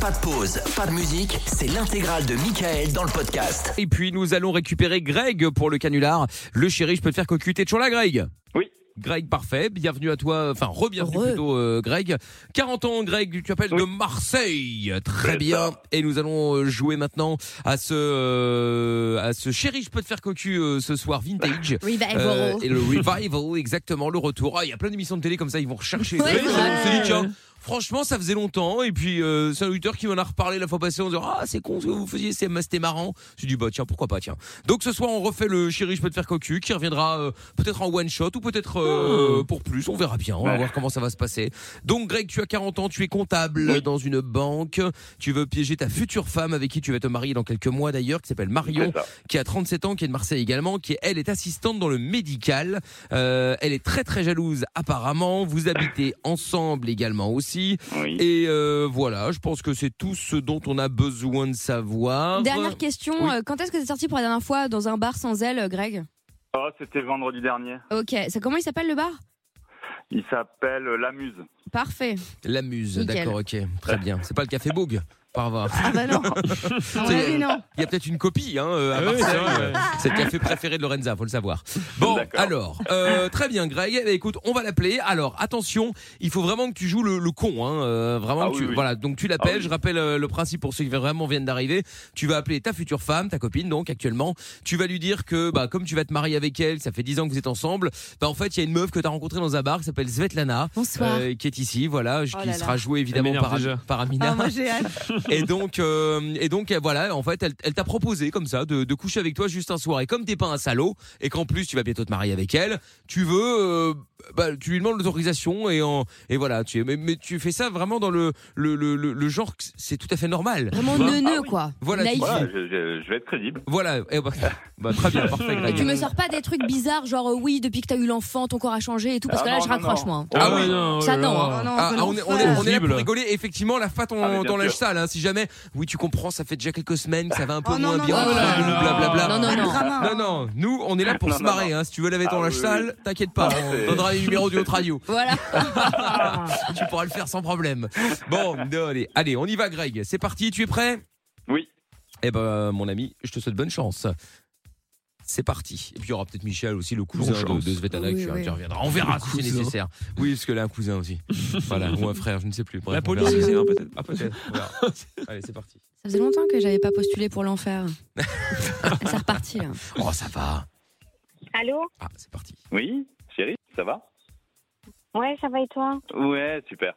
Pas de pause, pas de musique, c'est l'intégrale de Michael dans le podcast. Et puis nous allons récupérer Greg pour le canular. Le chéri, je peux te faire cocuter de là, Greg Oui. Greg, parfait. Bienvenue à toi, enfin re-bienvenue Re. plutôt, euh, Greg. 40 ans, Greg, tu appelles Oui. de Marseille. Très C'est bien. Et nous allons euh, jouer maintenant à ce euh, à ce chéri, je peux te faire cocu euh, ce soir vintage. Revival. Euh, et le revival, exactement, le retour. Ah, il y a plein d'émissions de télé comme ça, ils vont rechercher. Ouais, les trucs. ouais. On s'est dit, tiens, franchement, ça faisait longtemps. Et puis, euh, c'est un auditeur qui m'en a reparlé la fois passée en disant, ah, c'est con ce que vous faisiez, c'est- c'était marrant. J'ai dit, bah tiens, pourquoi pas, tiens. Donc ce soir, on refait le chéri, je peux te faire cocu, qui reviendra euh, peut-être en one shot ou peut-être euh, pour plus. On verra bien, on va Oh. Ouais. voir comment ça va se passer. Donc, Greg, tu as 40 ans, tu es comptable Oui. dans une banque. Tu veux piéger ta future femme avec qui tu vas te marier dans quelques mois d'ailleurs, qui s'appelle Marion C'est ça. qui a 37 ans, qui est de Marseille également, qui elle est assistante dans le médical. Euh, elle est très très jalouse apparemment. Vous habitez ensemble également aussi. Oui. Et euh, voilà, je pense que c'est tout ce dont on a besoin de savoir. Dernière question, Oui. euh, quand est-ce que t'es sorti pour la dernière fois dans un bar sans elle, euh, Greg Oh, c'était vendredi dernier. Ok, ça, comment il s'appelle le bar Il s'appelle euh, La Muse. Parfait. La muse, Nickel. d'accord, ok, très bien. C'est pas le café Boug par hasard. Ah bah non, C'est- Il y a peut-être une copie, hein, Ah euh, à Marseille. C'est le café préféré de Lorenza, faut le savoir. Bon, D'accord. alors, euh, très bien, Greg. Eh bien, écoute, on va l'appeler. Alors, attention, il faut vraiment que tu joues le, le con, hein, euh, vraiment. Ah que oui, tu, oui. Voilà, donc tu l'appelles. Ah oui. Je rappelle euh, le principe pour ceux qui vraiment viennent d'arriver. Tu vas appeler ta future femme, ta copine, donc actuellement. Tu vas lui dire que, bah, comme tu vas te marier avec elle, ça fait 10 ans que vous êtes ensemble. Bah, en fait, il y a une meuf que t'as rencontrée dans un bar qui s'appelle Svetlana. bonsoir. euh, qui est ici, voilà, Oh qui là sera là. jouée évidemment m'énerve par, déjà. par Amina. Ah, moi j'ai hâte. Et donc, euh, et donc, euh, voilà, en fait, elle, elle t'a proposé comme ça de, de coucher avec toi juste un soir. Et comme t'es pas un salaud et qu'en plus tu vas bientôt te marier avec elle, tu veux, euh, bah, tu lui demandes l'autorisation et en, et voilà, tu, mais, mais tu fais ça vraiment dans le le, le, le- le genre que c'est tout à fait normal. Vraiment Bah, neuneux ah oui. quoi. Voilà, Naïf. tu- Voilà, je, je- je vais être crédible. Voilà, eh ben, bah, très bien, parfait, Et Greg. tu me sors pas des trucs bizarres genre euh, oui depuis que t'as eu l'enfant ton corps a changé et tout parce Ah que là non, je non, raccroche non. moi. hein. Ah ouais, oui. non, oh Ça là non, là. hein. Ah, ah, on, est, on, est, on est là pour Horrible. rigoler. Effectivement, la fat Ah, mais on, bien dans l'âge sûr. sale. hein. si jamais, oui, tu comprends, ça fait déjà quelques semaines que ça va un peu Oh, non, moins non, bien. non, non, blablabla. non, non, non. Non, non, nous, on est là pour Non, se non, marrer. non. hein. Si tu veux laver ton Ah, linge oui, sale, t'inquiète pas, Ah, on c'est- donnera les numéros du autre radio. Voilà. tu pourras le faire sans problème. Bon, non, allez, allez, on y va, Greg. C'est parti, tu es prêt Oui. Eh ben, mon ami, je te souhaite bonne chance. C'est parti. Et puis il y aura peut-être Michel aussi, le cousin de, de Svetlana, Oui, qui, oui. qui Ah, reviendra. On verra si c'est nécessaire. Oui, parce qu'elle a un cousin aussi. voilà, ou un frère, je ne sais plus. Bref, La on police verra. aussi, hein, peut-être. Ah, peut-être. on verra. Allez, c'est parti. Ça faisait longtemps que j'avais pas postulé pour l'enfer. C'est reparti là. Oh, ça va. Allô Ah, c'est parti. Oui, chérie, ça va Ouais, ça va et toi Ouais, super.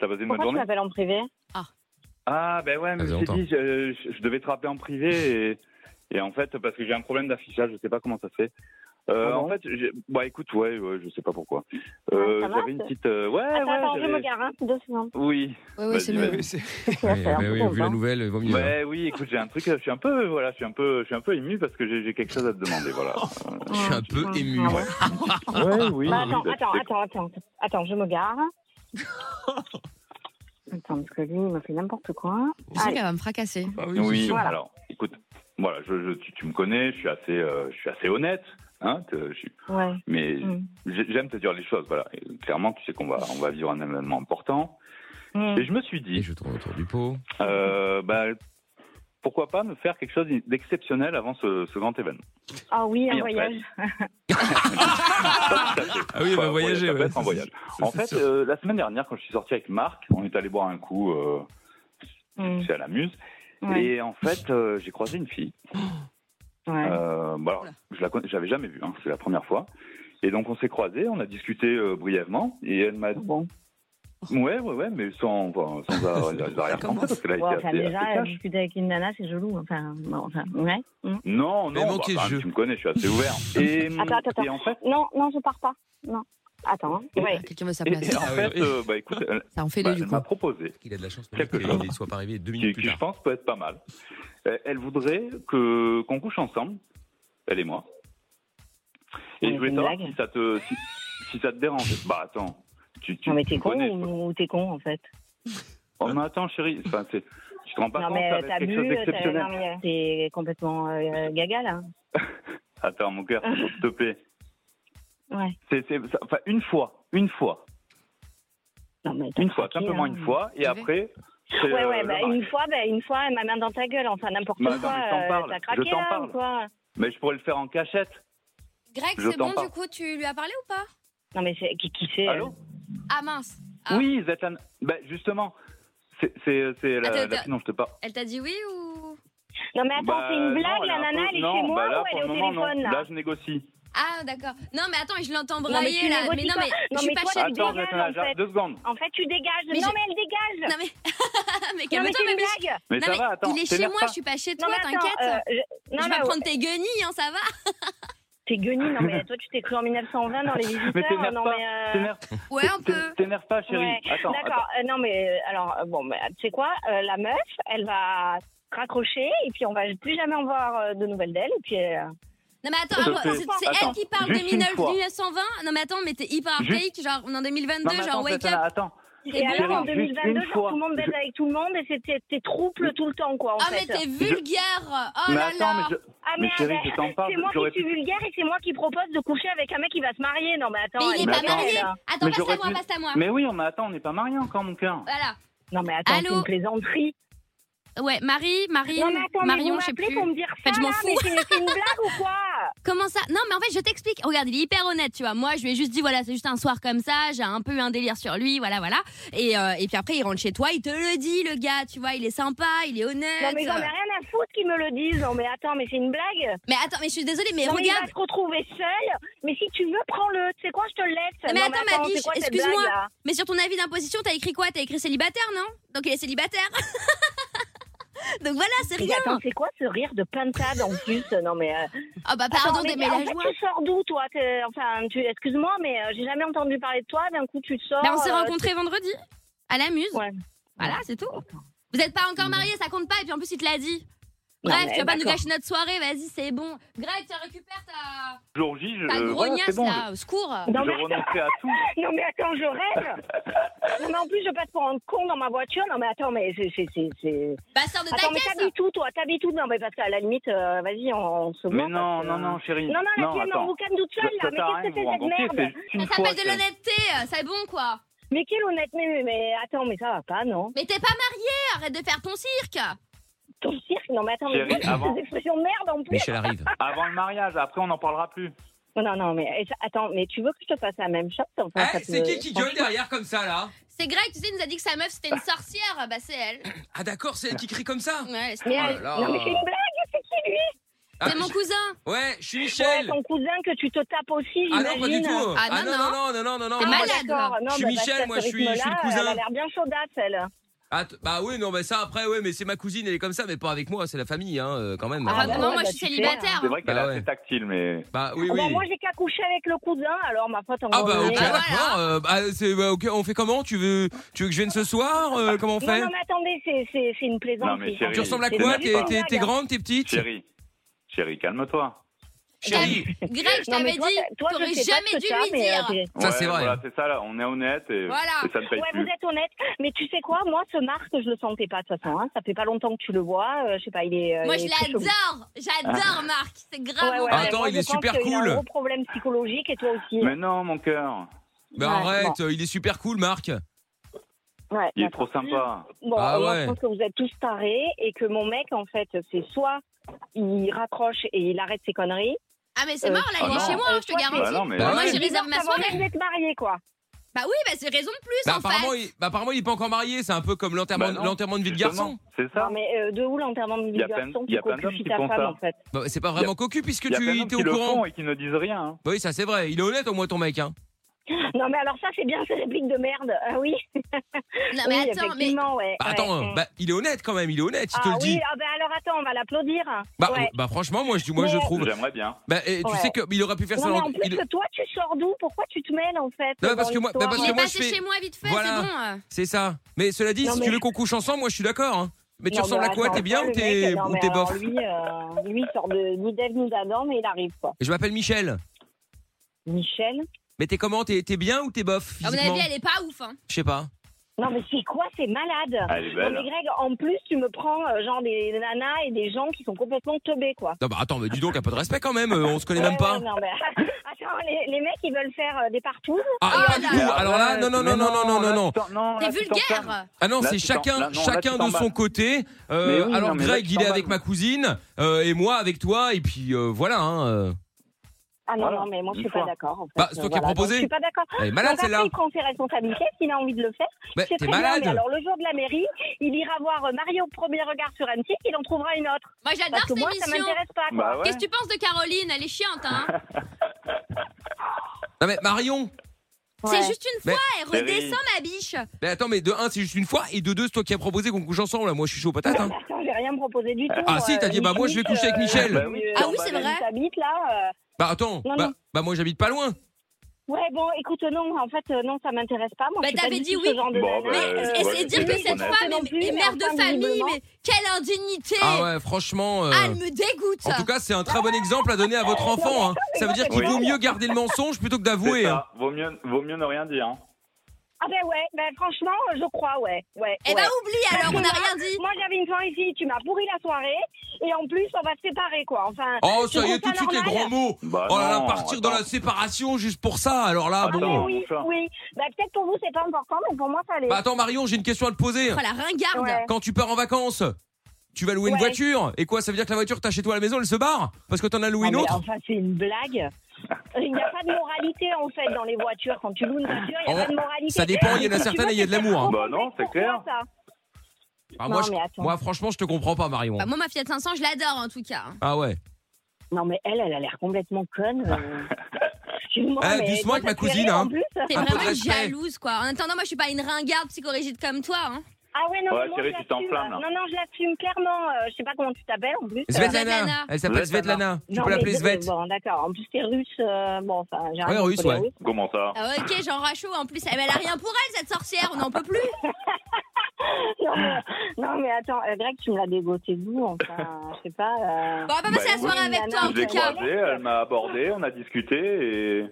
Ça passe une bonne Pourquoi tu journée m'appelles en privé Ah, ben ouais, mais faisait je t'ai longtemps. dit, je, je- je devais te rappeler en privé et, et en fait, parce que j'ai un problème d'affichage, je sais pas comment ça se fait. Euh, Ah bon en fait, j'ai- bah écoute, ouais, ouais, je sais pas pourquoi. Ah, Euh, ça va, j'avais une c'est- petite. euh, ouais, Attends, ouais, attends, je j'avais- me gare, hein, deux secondes. Oui, Ouais ouais Vas-y, c'est mieux. vas-y. Ouais, c'est un hein peu Eh ben vu la bon. nouvelle, il vaut mieux. ouais, oui, écoute, j'ai un truc, je suis un peu, voilà, je suis un peu, je suis un peu ému parce que j'ai j'ai quelque chose à te demander, voilà. Je suis un peu Ouais. ému. Ah, Ouais. Ouais, oui. Bah, attends, oui, attends, c'est- attends, attends, attends, je me gare. attends, parce que lui, il me fait n'importe quoi. Je sais Allez. qu'elle va me fracasser. Ah, Oui, Voilà. alors, écoute, voilà, je, je- tu, tu me connais, je suis assez, euh, je suis assez honnête, hein, te- je suis- Ah, Ouais. mais Mm. j'ai- j'aime te dire les choses, voilà. Et clairement, tu sais qu'on va, on va vivre un événement important. Mm. Et je me suis Et dit, je tourne autour du pot. euh, bah, pourquoi pas me faire quelque chose d'exceptionnel avant ce, ce grand événement Ah oui, Et un en voyage. Ah oui, il va voyager. ça peut ouais. être en voyage. En c'est fait, sûr. euh, la semaine dernière, quand je suis sorti avec Marc, on est allé boire un coup, euh, Mm. c'est à la muse, Ouais. et en fait, euh, j'ai croisé une fille. Ouais. Euh, bah alors, Oula. je la conna- j'avais jamais vue, hein, c'est la première fois. Et donc on s'est croisés, on a discuté euh, brièvement, et elle m'a dit Bon, Oh. ouais ouais ouais, mais sans enfin, sans arrière pensée parce qu'elle a Bon, été enfin, assez, assez déjà, euh, cash. discuter avec une nana, c'est gelou. Enfin, bon, enfin, ouais. Mm. Non Mais non, bah, manquez le bah, jeu. tu me connais, je suis assez ouvert. Et, Attends, attends, et en fait, Non, non, je pars pas. Non. Attends, hein. ouais. Quelqu'un veut sa et- place. et en fait, euh, bah écoute, elle, Ça en fait bah, deux du elle coup. m'a proposé Il a de la chance Quelque qu'il chose. ne soit pas arrivé deux qui, minutes qui, plus je tard. pense peut être pas mal. Euh, Elle voudrait que qu'on couche ensemble, elle et moi. Et Mais je voulais c'est une savoir blague. si ça te si, si ça te dérangeait. Bah attends, tu tu, Non, mais tu t'es me con connais, ou, ou t'es con, en fait Oh mais attends chérie, enfin, c'est- tu te rends pas Non, compte, mais ça va t'as être quelque chose bu, t'as- non, d'exceptionnel. mais t'es complètement euh, gaga, là. Attends mon cœur, s'il te plaît. Ouais. C'est, c'est- ça- enfin, une fois, une fois, Non, mais t'as une fois, craqué, simplement hein. une fois, et Tu après, C'est, Ouais, euh, ouais, le bah, mariage. une fois, bah, une fois, ma main dans ta gueule, enfin n'importe Bah, non, quoi. mais je t'en euh, parle, T'as je craqué t'en là parle. ou quoi Mais je pourrais le faire en cachette. Greg, Je c'est bon t'en parle. du coup, tu lui as parlé ou pas Non mais c'est- qui, qui c'est euh? Allô Ah mince. Ah. Oui, Zlatan. Ben, justement, c'est c'est- c'est la, Attends, la attends. fille dont je te parle. Elle t'a dit oui ou Non mais attends, Bah, c'est une blague, non, la a un nana, peu- elle est non, chez moi bah là, ou pour elle est le au moment, téléphone non. là Là, je négocie. Ah d'accord. Non mais attends, je l'entends mais tu brailler là. négocies Mais non mais pas. Non, je suis mais pas toi, chez tu le Attends, gars. dégage, Zlatan, en j'arrête fait. deux secondes. En fait, tu dégages. Mais non je- mais elle dégage. Non mais mais Non mais calme-toi c'est mais une blague. Mais Non, ça mais va, attends. il est chez t'énerve moi, pas. je suis pas chez Non toi, mais t'inquiète. attends, euh, je- je non vais mais prendre tes guenilles, hein, ça va t'es guenille, non mais toi tu t'es cru en 1920 dans les visiteurs. t'énerves non pas, mais. euh, T'énerves- Ouais, un t'é- peu. T'énerve pas, chérie. Ouais, Attends, attends. D'accord, euh, non mais euh, alors euh, bon, bah, tu sais quoi, euh, la meuf, elle va raccrocher et puis on va plus jamais en voir euh, de nouvelles d'elle et puis euh, Non mais attends, Je alors, fais- c'est c'est elle attends, qui parle de juste une 19- fois. 1920 Non mais attends, mais t'es hyper Juste- archaïque, genre on est en 2022, Non, mais genre attends, wake Zlatan, up. attends. T'es et alors bon. en Chérie, juste 2022 une genre, fois, tout le monde baise je- avec tout le monde et c'est- t'es- t'es trouble tout le temps quoi en Ah mais fait. t'es vulgaire Oh mais là attends, là mais je- Ah Mais chérie, je euh, t'en parle, c'est moi j'aurais qui suis vulgaire et c'est moi qui propose de coucher avec un mec qui va se marier. Non mais attends, Mais il elle mais est pas belle, attends. marié elle. Attends, Mais passe à j'aurais moi, pu- passe à moi Mais oui, mais attends, on n'est pas mariés encore, mon cœur. Voilà. Non mais attends, Allô c'est une plaisanterie. Ouais, Marie, Marie, Non mais attends, mais vous Marion, je sais m'appelez plus. pour me dire fait, ça je m'en là, fous. mais c'est c'est une blague ou quoi Comment ça Non, mais en fait, je t'explique. Regarde, il est hyper honnête, tu vois. Moi, je lui ai juste dit, voilà, c'est juste un soir comme ça, j'ai un peu eu un délire sur lui, voilà, voilà. Et, euh, et puis après, il rentre chez toi, il te le dit, le gars, tu vois, il est sympa, il est honnête. Non mais j'en ai rien à foutre qu'ils me le disent. Non mais attends, mais c'est une blague. Mais attends, mais je suis désolée, mais non, mais il regarde. va se retrouver seul. Mais si tu veux, prends-le. Tu sais quoi, je te le laisse. Non, mais attends, ma biche, c'est quoi cette excuse-moi. blague, là Mais sur ton avis d'imposition, t'as écrit quoi T'as écrit célibataire, non Donc il est célibataire. Donc voilà, c'est Mais rien. Attends, c'est quoi ce rire de pintade en plus Non mais. euh, Ah bah pardon, attends, mais des mêlages. en fait, tu sors d'où toi T'es- Enfin, tu... excuse-moi, mais euh, j'ai jamais entendu parler de toi. D'un coup, tu sors. Bah, on s'est euh, rencontrés vendredi à la muse. Ouais. Voilà, c'est tout. Vous n'êtes pas encore mariés, ça compte pas. Et puis en plus, il te l'a dit. Bref, Mmh. Non, mais tu vas pas nous d'accord. gâcher notre soirée, vas-y, c'est bon. Greg, tu récupères ta, Jour J, je. ta euh, voilà, grognasse c'est bon, là, au secours. je- Non, Je mais- renoncerai à tout. Non mais attends, je rêve. non mais en plus, je passe pour un con dans ma voiture. Non mais attends, mais c'est. c'est- c'est- c'est- Bah, sors de ta Attends, mais caisse. t'habites tout, toi T'habites tout Non mais parce qu'à la limite, euh, vas-y, on, on se voit. Mais non, parce que- non, non, chérie. Non, non, la tienne, on attends. vous calme toute Ça- seule, ça là. sert à Mais rien de qu'est-ce vous que c'est cette rencontrer, c'est merde juste Ça une fois, s'appelle de chérie. l'honnêteté, euh, c'est bon quoi. Mais quelle honnête, mais, mais, mais attends, mais ça va pas, non Mais t'es pas marié, arrête de faire ton cirque. Ton cirque, non, mais attends, mais Chérie, pourquoi tu fais avant- des expressions de merde en plus Michel arrive. Avant le mariage, après on n'en parlera plus. Non, non, mais eh, ça- attends, mais tu veux que je te fasse la même chose enfin, ça Hein, Eh, c'est peut- qui qui gueule derrière comme ça là C'est Greg, tu sais, il nous a dit que sa meuf c'était une sorcière. Bah, c'est elle. Ah d'accord, c'est elle qui crie comme ça Ouais, Mais c'est Oh là elle- là. Non, mais c'est une blague, c'est qui lui Ah, c'est mon cousin. Ouais, je suis Ouais, Michel. Ton cousin que tu te tapes aussi, Ah j'imagine. non, pas du tout. Ah, non, non, non, non, non, non, non. T'es Ah, malade. d'accord. Non, Je suis bah, parce Michel, qu'à moi, ce je suis- je suis le rythme-là, Elle cousin. a l'air bien chaudasse, elle. Ah, t- bah oui, non, mais ça après, ouais, mais c'est ma cousine, elle est comme ça, mais pas avec moi, c'est la famille, hein, euh, quand même. Ah, Enfin, bah, comment ouais, moi bah, je suis super. célibataire. C'est vrai qu'elle Bah est ouais. assez tactile, mais. Bah oui, Ah, oui. bah, moi, j'ai qu'à coucher avec le cousin, alors ma pote, on Ah bah on- ok, Ah, voilà. d'accord. euh, bah, c'est- bah, ok, on fait comment Tu veux, tu veux que je vienne ce soir Euh, Comment on Bah, Non, fait non, mais attendez, c'est- c'est c'est une Non, plaisanterie. mais chérie, Tu ressembles à c'est quoi une T'es blague, t'es- hein. t'es grande, t'es petite Bah, Chérie, chérie, calme-toi. Chérie. Greg, je Non, mais t'avais toi, dit, t'as- toi, je t'aurais sais pas ce jamais que dû t'as, lui mais, euh, dire. t'es- Ça, c'est vrai. Voilà, c'est ça, là, on est honnête et, Voilà. et ça ne paye Ouais, plus. vous êtes honnête, mais tu sais quoi, moi, ce Marc, je le sentais pas de toute façon. Hein. Ça fait pas longtemps que tu le vois. euh, je sais pas, il est. euh, Moi, il je est très chelou. l'adore. J'adore Marc. C'est grave. Ouais, mon ouais, gars. Ah, attends, moi, il je est pense super qu'il a cool. un gros problème psychologique et toi aussi. Mais non, mon cœur, Bah Ouais, arrête, euh, il est super cool, Marc. Ouais, il est d'accord. trop sympa. Bon, Ah moi, ouais. je pense que vous êtes tous tarés et que mon mec, en fait, c'est soit il raccroche et il arrête ses conneries. Ah, mais c'est Euh, mort, là, ah il est non. chez moi, hein, je te Ouais, garantis. Bah non, mais. Bah Moi, ouais. j'ai réservé ma Savoir soirée. que vous êtes mariés, quoi. Bah oui, bah c'est raison de plus, Bah, en apparemment, fait. il, bah, apparemment, il est pas encore marié. C'est un peu comme l'enterrement Bah non, l'enterrement de vie de justement, garçon. C'est ça. Non, mais euh, de où l'enterrement de vie Ah. Il y a de plein- garçon il y Tu a plein d'hommes conclus qui ta font femme, ça. en fait. Bah, c'est pas vraiment cocu puisque Il y a plein tu d'hommes étais qui au le font courant. et qui ne disent rien. hein. Bah oui, ça c'est vrai. Il est honnête au moins ton mec. Hein. Non, mais alors ça, c'est bien ces répliques de merde. Ah oui. Non, mais oui, attends, mais. effectivement, ouais, Bah, ouais. attends, bah, il est honnête quand même. Il est honnête. Il ah te le dit. oui, ah ben alors attends, on va l'applaudir. Bah, Ouais. bah franchement, moi je dis, moi Ouais. je trouve. J'aimerais bien. Bah, eh, tu Ouais. sais qu'il aurait pu faire ça. non, mais dans- en plus il- que toi, tu sors d'où Pourquoi tu te mêles en fait Non, dans parce que moi- l'histoire bah, parce Il que est moi, passé je fais- chez moi vite fait, Voilà. c'est bon. euh. C'est ça. Mais cela dit, Non, si mais- tu veux qu'on couche ensemble, moi je suis d'accord. Hein. Mais tu Non, ressembles mais à quoi attends, T'es bien toi, ou le t'es mec, non, ou mais t'es alors, bof lui, euh, lui, il sort de ni d'Ève ni d'Adam, mais il arrive quoi. Je m'appelle Michel. Michel Mais t'es comment T'es t'es bien ou t'es bof À mon physiquement avis, elle est pas ouf. Hein. Je sais pas. Non, mais c'est quoi C'est malade Elle est non, mais Ah, belle. Greg, en plus, tu me prends euh, genre des nanas et des gens qui sont complètement teubés, quoi. Non, bah attends, mais dis donc un peu de respect quand même. euh, On se connaît même Ouais, pas. ouais, non, mais... Ah, ça, attention, les, les mecs, ils veulent faire euh, des partout. Ah, pas du tout. Bah Alors là, non, non, non, non, non, non, non, non. T'es vulgaire Ah non, Là, c'est tu t'en- chacun, là, non, là, chacun tu de son t'emballes. côté. Euh, Mais oui, alors non, mais là, Greg, tu il est t'emballes. avec ma cousine euh, et moi avec toi et puis euh, voilà. Hein, euh. Ah non, Voilà, non, mais moi, je une suis pas fois. d'accord. en fait. Euh, Bah, c'est toi qui as Voilà, proposé. donc Je suis pas d'accord. Elle est malade Donc après, celle-là. il prend ses responsabilités, s'il a envie de le faire. Bah, T'es c'est très bien, mais malade. alors, le jour de la mairie, il ira voir euh, Mario au premier regard sur M6, il en trouvera une autre. Moi j'adore Parce que cette moi, ça émission. m'intéresse pas. quoi. Bah ouais. Qu'est-ce que tu penses de Caroline Elle est chiante, hein Non mais Marion. Ouais. C'est juste une Mais- fois, elle Mais oui. redescend ma biche. Mais attends, mais de un, c'est juste une fois et de deux, c'est toi qui as proposé qu'on couche ensemble. Là. Moi, je suis chaud patate. Hein. Attends, j'ai rien proposé du tout. Ah si, t'as dit, Euh, bah, moi, je vais coucher Michel, avec euh, Michel. euh, Bah oui, Ah oui, c'est bah, vrai. T'habites là. euh, Bah attends. Non, bah, non. bah moi, j'habite pas loin. Ouais, bon, écoute, non, en fait, euh, non, ça m'intéresse pas. Moi, Bah, je suis pas t'avais du dit tout oui. ce genre de Bon, nana. bah, Mais Euh, et ouais, c'est dire c'est que vrai cette qu'on a- femme Non plus, est, est mais mère de enfin, famille, visiblement. mais quelle indignité Ah ouais, franchement. euh, Ah, elle me dégoûte En tout cas, c'est un très bon exemple à donner à votre enfant. Hein. Ça veut dire qu'il Oui. vaut mieux garder le mensonge plutôt que C'est d'avouer. ça. hein. Vaut mieux, vaut mieux ne rien dire. hein. Ah ben ouais, ben franchement, euh, je crois, ouais, ouais. Eh ouais. bah oublie alors, on n'a rien dit Moi, j'avais une soirée ici, tu m'as pourri la soirée, et en plus, on va se séparer, quoi. Enfin. Oh, tu ça y est, trouves tout de ça suite les grands normal mots. Bah oh là là, non, partir dans attends. la séparation juste pour ça. Alors là, Ah, bon. Ah, mais Attends, oui, enfin. oui. Bah, peut-être pour vous, c'est pas important, mais pour moi, ça l'est. Bah attends, Marion, j'ai une question à te poser. Oh la ringarde Ouais. Quand tu pars en vacances, tu vas louer une Ouais. voiture. Et quoi, ça veut dire que la voiture que t'as chez toi à la maison, elle se barre Parce que t'en as loué Ah, une mais autre Enfin, c'est une blague. Il n'y a pas de moralité, en fait, dans les voitures. Quand tu loues une voiture, il n'y a Oh, pas de moralité. ça dépend, il y en a Tu certaines vois, et il y a de l'amour, hein. trop Bah non, complexe c'est clair. pour toi, ça. Ah, Non, moi, je- mais attends. moi, franchement, je te comprends pas, Marion. Bah, Moi ma Fiat 500, je l'adore en tout cas. hein. Ah ouais. Non, mais elle, elle a l'air complètement conne. euh. Excuse-moi, Eh, mais doucement toi, avec ma ça te fait cousine, rire, en hein. plus. T'es Un peu de vraiment une respect. jalouse quoi. En attendant, moi je suis pas une ringarde psychorigide comme toi. Hein. Ah ouais, non, Ouais, mais moi, Thierry, je tu t'en l'assume. flammes, là. Non, non, je l'assume clairement. Euh, je sais pas comment tu t'appelles en plus. Euh, Svetlana. Svetlana. Elle s'appelle Svetlana. Svetlana. Tu non, peux mais l'appeler de- Svet. Bon, d'accord. En plus, t'es russe. euh, bon, enfin, j'ai rien Ouais, contre russe, les ouais. Russes. Comment ça Ah, ok, Jean Rachaud en plus, elle, elle a rien pour elle cette sorcière, on n'en peut plus. Non, mais, non, mais attends, euh, Greg, tu me l'as dégoté d'où Enfin, je sais pas. Ah, euh, Bon, on va pas passer la écoute, soirée avec toi en Ah, Je tout l'ai cas. croisée, elle m'a abordé, on a discuté et, et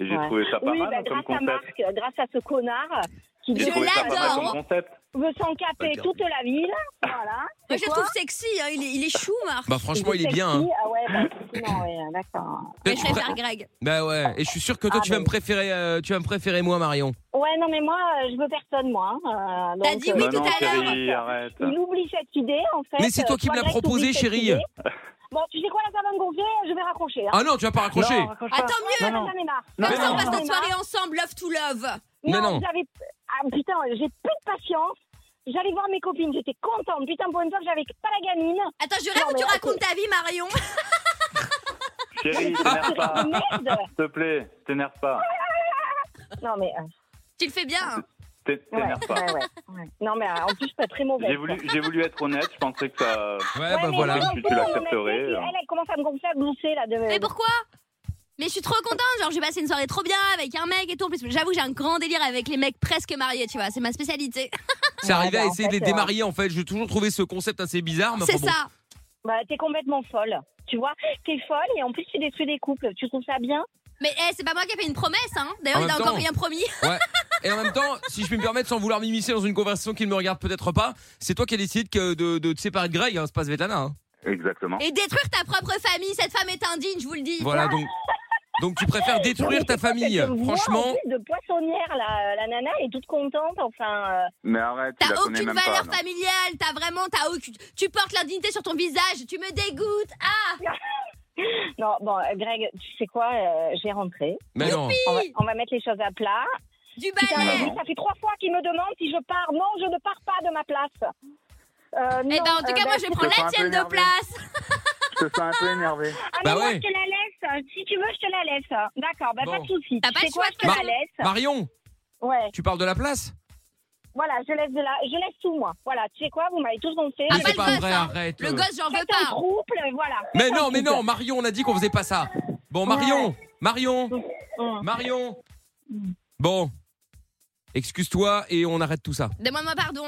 j'ai Ouais. trouvé ça pas oui, mal bah, hein, comme grâce à concept. Marc, euh, grâce à ce connard qui Je J'ai veut, trouvé ça pas mal l'adore. comme concept. veut s'encaper Pas toute la ville. Voilà. Moi je le Quoi trouve sexy, hein, il, est, il est chou Marc. Bah franchement, il est sexy. bien. hein. Ah ouais, bah, non, ouais, d'accord. Mais Peut-être je tu préfère Greg. pré- Bah ouais. Et je suis sûr que toi, Ah, tu vas mais- me préférer. euh, tu vas me préférer moi, Marion. Ouais, non, mais moi, euh, je veux personne, moi. hein, euh, T'as donc, dit euh, Oui, Bah tout non, à l'heure. chérie, arrête. hein. Il oublie cette idée, en fait. Mais c'est toi qui me l'as Greg, proposé, t'oublies cette chérie. idée. Bon, tu sais quoi, là, ça va me gonfler, je vais raccrocher. Hein. Ah non, tu vas pas raccrocher. Non, raccroche pas. Attends mieux. Non, non. j'en ai marre. Non, Comme ça on non, passe J'en ai notre marre. soirée ensemble, love to love. Mais non. j'avais... Ah, putain, j'ai plus de patience. J'allais voir mes copines, j'étais contente. Putain, pour une fois que j'avais pas la gamine. Attends, je rêve Non, où tu mais- racontes ta vie Marion. Chérie, t'énerve pas, Ah. s'il Merde te plaît, t'énerve pas. Non, mais... euh, Tu le fais bien. hein. T'é- ouais, T'énerve pas. ouais, ouais, ouais. Non, mais euh, en plus, je suis pas très mauvaise. J'ai voulu, j'ai voulu être honnête, je pensais que ça. Ouais, bah mais voilà. non, non, Tu- c'est tu bon, l'accepterais, on a fait, euh. hein. Elle, elle commence à me gonfler, à glousser, là. De... Mais pourquoi Mais je suis trop contente, genre j'ai passé une soirée trop bien avec un mec et tout. En plus, j'avoue que j'ai un grand délire avec les mecs presque mariés, tu vois, c'est ma spécialité. C'est arrivé Ouais, à bah, en essayer de les fait, euh, démarier en fait. J'ai toujours trouvé ce concept assez bizarre. mais C'est enfin bon. ça. Bah, t'es complètement folle. Tu vois, t'es folle et en plus tu détruis des couples. Tu trouves ça bien Mais eh, c'est pas moi qui ai fait une promesse, hein. D'ailleurs, En il même n'a temps- encore rien promis. Ouais. Et en même temps, si je puis me permettre, sans vouloir m'immiscer dans une conversation qui ne me regarde peut-être pas, c'est toi qui as décidé que- de, de te séparer de Greg, hein, c'est pas Svetlana. hein. Exactement. Et détruire ta propre famille, cette femme est indigne, je vous le dis. Voilà, donc, donc tu préfères détruire ta famille. Je vois, Franchement, en plus, de poissonnière, la, la nana elle est toute contente. Enfin, euh, Mais arrête, tu T'as la connais aucune même valeur pas. non. familiale, t'as vraiment, t'as aucune. Tu portes l'indignité sur ton visage, tu me dégoûtes. Ah, non, bon, euh, Greg, tu sais quoi euh, J'ai rentré. mais non. On va, on va mettre les choses à plat. du Putain, balai. lui, ça fait trois fois qu'il me demande si je pars. Non, je ne pars pas de ma place. Euh, Eh non, ben, en euh, tout cas, moi, je c'est- prends te sens la un peu tienne de énervé. place. Je te sens un peu énervé. Ah, mais Bah moi, ouais. je te la laisse. Si tu veux, je te la laisse. D'accord, bah, Bon. pas de soucis. T'as pas Tu le sais quoi, choix de Je te faire- la laisse. Marion, Ouais, tu parles de la place voilà, je laisse, de la... je laisse tout, moi. Voilà, tu sais quoi Vous m'avez tous gonflé. Ah, Mais pas c'est le pas gosse, vrai, hein. arrête. Euh. euh. Le gosse, j'en veux Faites un pas. couple, voilà. Mais Faites un non, mais couple. non, Marion, on a dit qu'on faisait pas ça. Bon, Marion, Marion, Hum. Marion. Mm. Bon, excuse-toi et on arrête tout ça. Demande-moi pardon.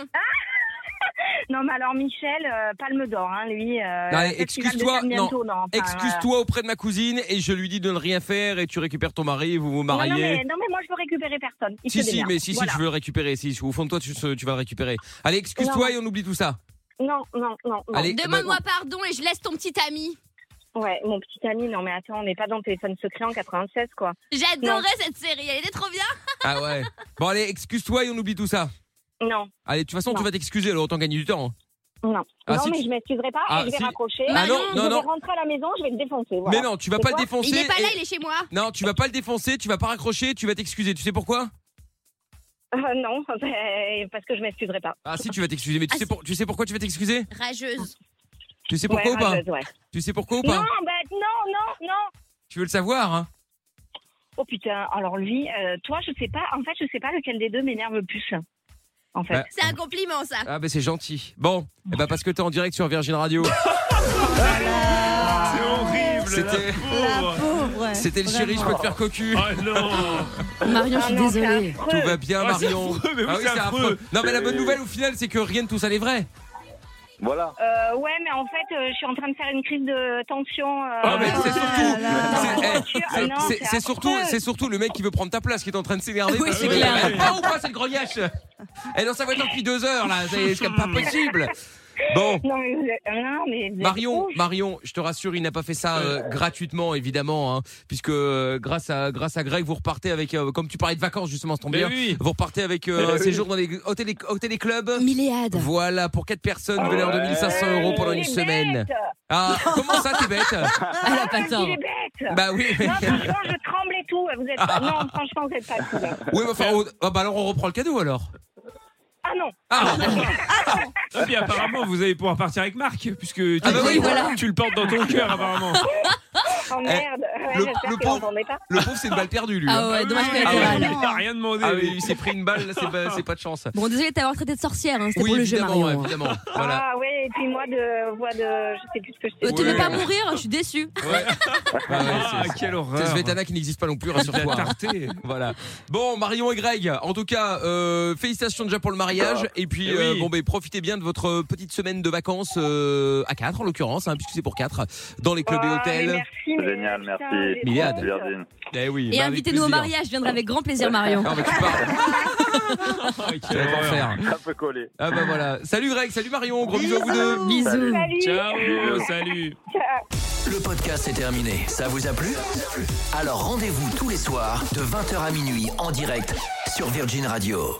Non, mais alors Michel, euh, palme d'or, hein, lui. euh, Non, festival de excuse-toi, Cannes bientôt, non. enfin, Excuse-toi auprès de ma cousine et je lui dis de ne rien faire et tu récupères ton mari et vous vous voilà. mariez. Non, non, mais, non, mais moi, je veux récupérer personne. Il Si, se si, démerde. mais si, Voilà. si, tu veux le récupérer. Si, au fond de toi, tu, tu vas le récupérer. Allez, excuse-toi et on oublie tout ça. Non, non, non. non. Allez, Demande-moi bah, pardon et je laisse ton petit ami. Ouais, mon petit ami, non mais attends, on n'est pas dans le téléphone secret en 96 quoi. Non. J'adorais cette série, elle était trop bien. Ah ouais. Bon allez, excuse-toi et on oublie tout ça. Non, Allez, de toute façon, Non. tu vas t'excuser, alors autant gagner du temps. non. Ah, non si mais tu- je m'excuserai pas, Ah, et je vais si. raccrocher. Ah non, je non, vais non. rentrer à la maison, je vais le défoncer. Voilà. Mais non, tu vas C'est pas le quoi défoncer. Il est pas là, et- il est chez moi. Non, tu vas pas le défoncer, tu vas pas raccrocher, tu vas t'excuser. Tu sais pourquoi Euh, non, ben, parce que je m'excuserai pas. Ah si, tu vas t'excuser, mais tu Ah, sais pour- tu sais pourquoi tu vas t'excuser Rageuse. Tu sais pourquoi Ouais, ou pas rageuse, ouais. Tu sais pourquoi ou Non, pas ben, non, non, non. Tu veux le savoir hein Oh putain, alors lui, euh, toi, je sais pas. En fait, je sais pas lequel des deux m'énerve le plus. En fait. Ouais. C'est un compliment, ça. Ah bah c'est gentil. Bon, eh bah parce que t'es en direct sur Virgin Radio. C'est horrible. C'était- la La pauvre. pauvre. C'était le chéri, je peux te faire cocu. Ah non. Marion, je suis Ah non, désolée. c'est affreux. Tout va bien, Ah, c'est Marion. affreux, mais oui, Ah oui, c'est c'est affreux. affreux. Non, mais la bonne Euh, nouvelle au final, c'est que rien de tout ça n'est vrai. Voilà. Euh, ouais, mais en fait, euh, je suis en train de faire une crise de tension. euh, Ah, mais c'est Ah surtout. là c'est- là. eh, Ah c'est- non, c'est- c'est C'est surtout, affreux. c'est surtout le mec qui veut prendre ta place qui est en train de s'énerver. Oui, parce c'est que- clair. Elle prend ou pas cette grognache Eh Elle est dans sa voiture depuis deux heures là. C'est c'est pas possible. Bon. Non, mais, vous êtes- non, mais vous êtes Marion, ouf. Marion, je te rassure, il n'a pas fait ça euh, gratuitement, évidemment, hein, puisque euh, grâce à grâce à Greg, vous repartez avec, euh, comme tu parlais de vacances justement, c'est tombé Mais bien. oui. Vous repartez avec euh, Mais un oui. séjour dans les hôtels, et- hôtels et clubs. Milléade. Voilà, pour quatre personnes, vous allez en Ouais. 2500 euros pendant Il une est semaine. bête. Ah, comment ça, t'es bête Elle a pas tort. Il est bête. Bah Ah. oui. Non, franchement, je tremble et tout. Vous êtes pas... Non, franchement, vous êtes pas cool. Oui, mais enfin, on- ah, bah alors on reprend le cadeau alors. Ah non. Oh, Ah, Ah, puis apparemment, vous allez pouvoir partir avec Marc, puisque tu, Ah bah oui, voilà. tu le portes dans ton cœur, apparemment. Oh merde. Ouais, Eh, le- J'espère le que vous pauvre- n'entendez pas. le pauvre, c'est une balle perdue, lui. hein. Ah ouais, dommage oui, collatéral. il t'a rien demandé. Ah oui, il s'est pris une balle, là, c'est pas, c'est pas de chance. Bon, désolé de t'avoir traité de sorcière, hein, c'était oui, pour le jeu, évidemment, Marion. hein. évidemment. Voilà. Ah ouais, et puis moi, de... voix de... Je sais plus ce que je t'ai Euh, dit. Te Ouais. Eh mets pas à mourir, je suis déçue. Ah ouais, Ah, c'est- quelle C'est horreur. Ah, Svetana qui n'existe pas non plus, rassure-toi. Tarté. Voilà. Bon, Marion et Greg, en tout cas, euh, félicitations déjà pour le mariage. Et puis, Eh euh, oui. bon, ben, profitez bien de votre petite semaine de vacances euh, à 4 en l'occurrence, hein, puisque c'est pour 4 dans les clubs et Ah, mais hôtels. Merci, mais- Génial, putain, merci. j'ai trop Myriade. honte. Virgin. Eh oui, Et bah, avec invitez-nous au plaisir. mariage, je viendrai avec grand plaisir, Marion. Ah, mais tu parles, Ah, tu quelle vas t'en horreur. faire. Ça peut coller. Ah bah voilà. Salut Greg, salut Marion, gros bisous à vous deux. Bisous. Salut. Ciao, salut. Ciao. Le podcast est terminé. Ça vous a plu Alors rendez-vous tous les soirs de 20h à minuit en direct sur Virgin Radio.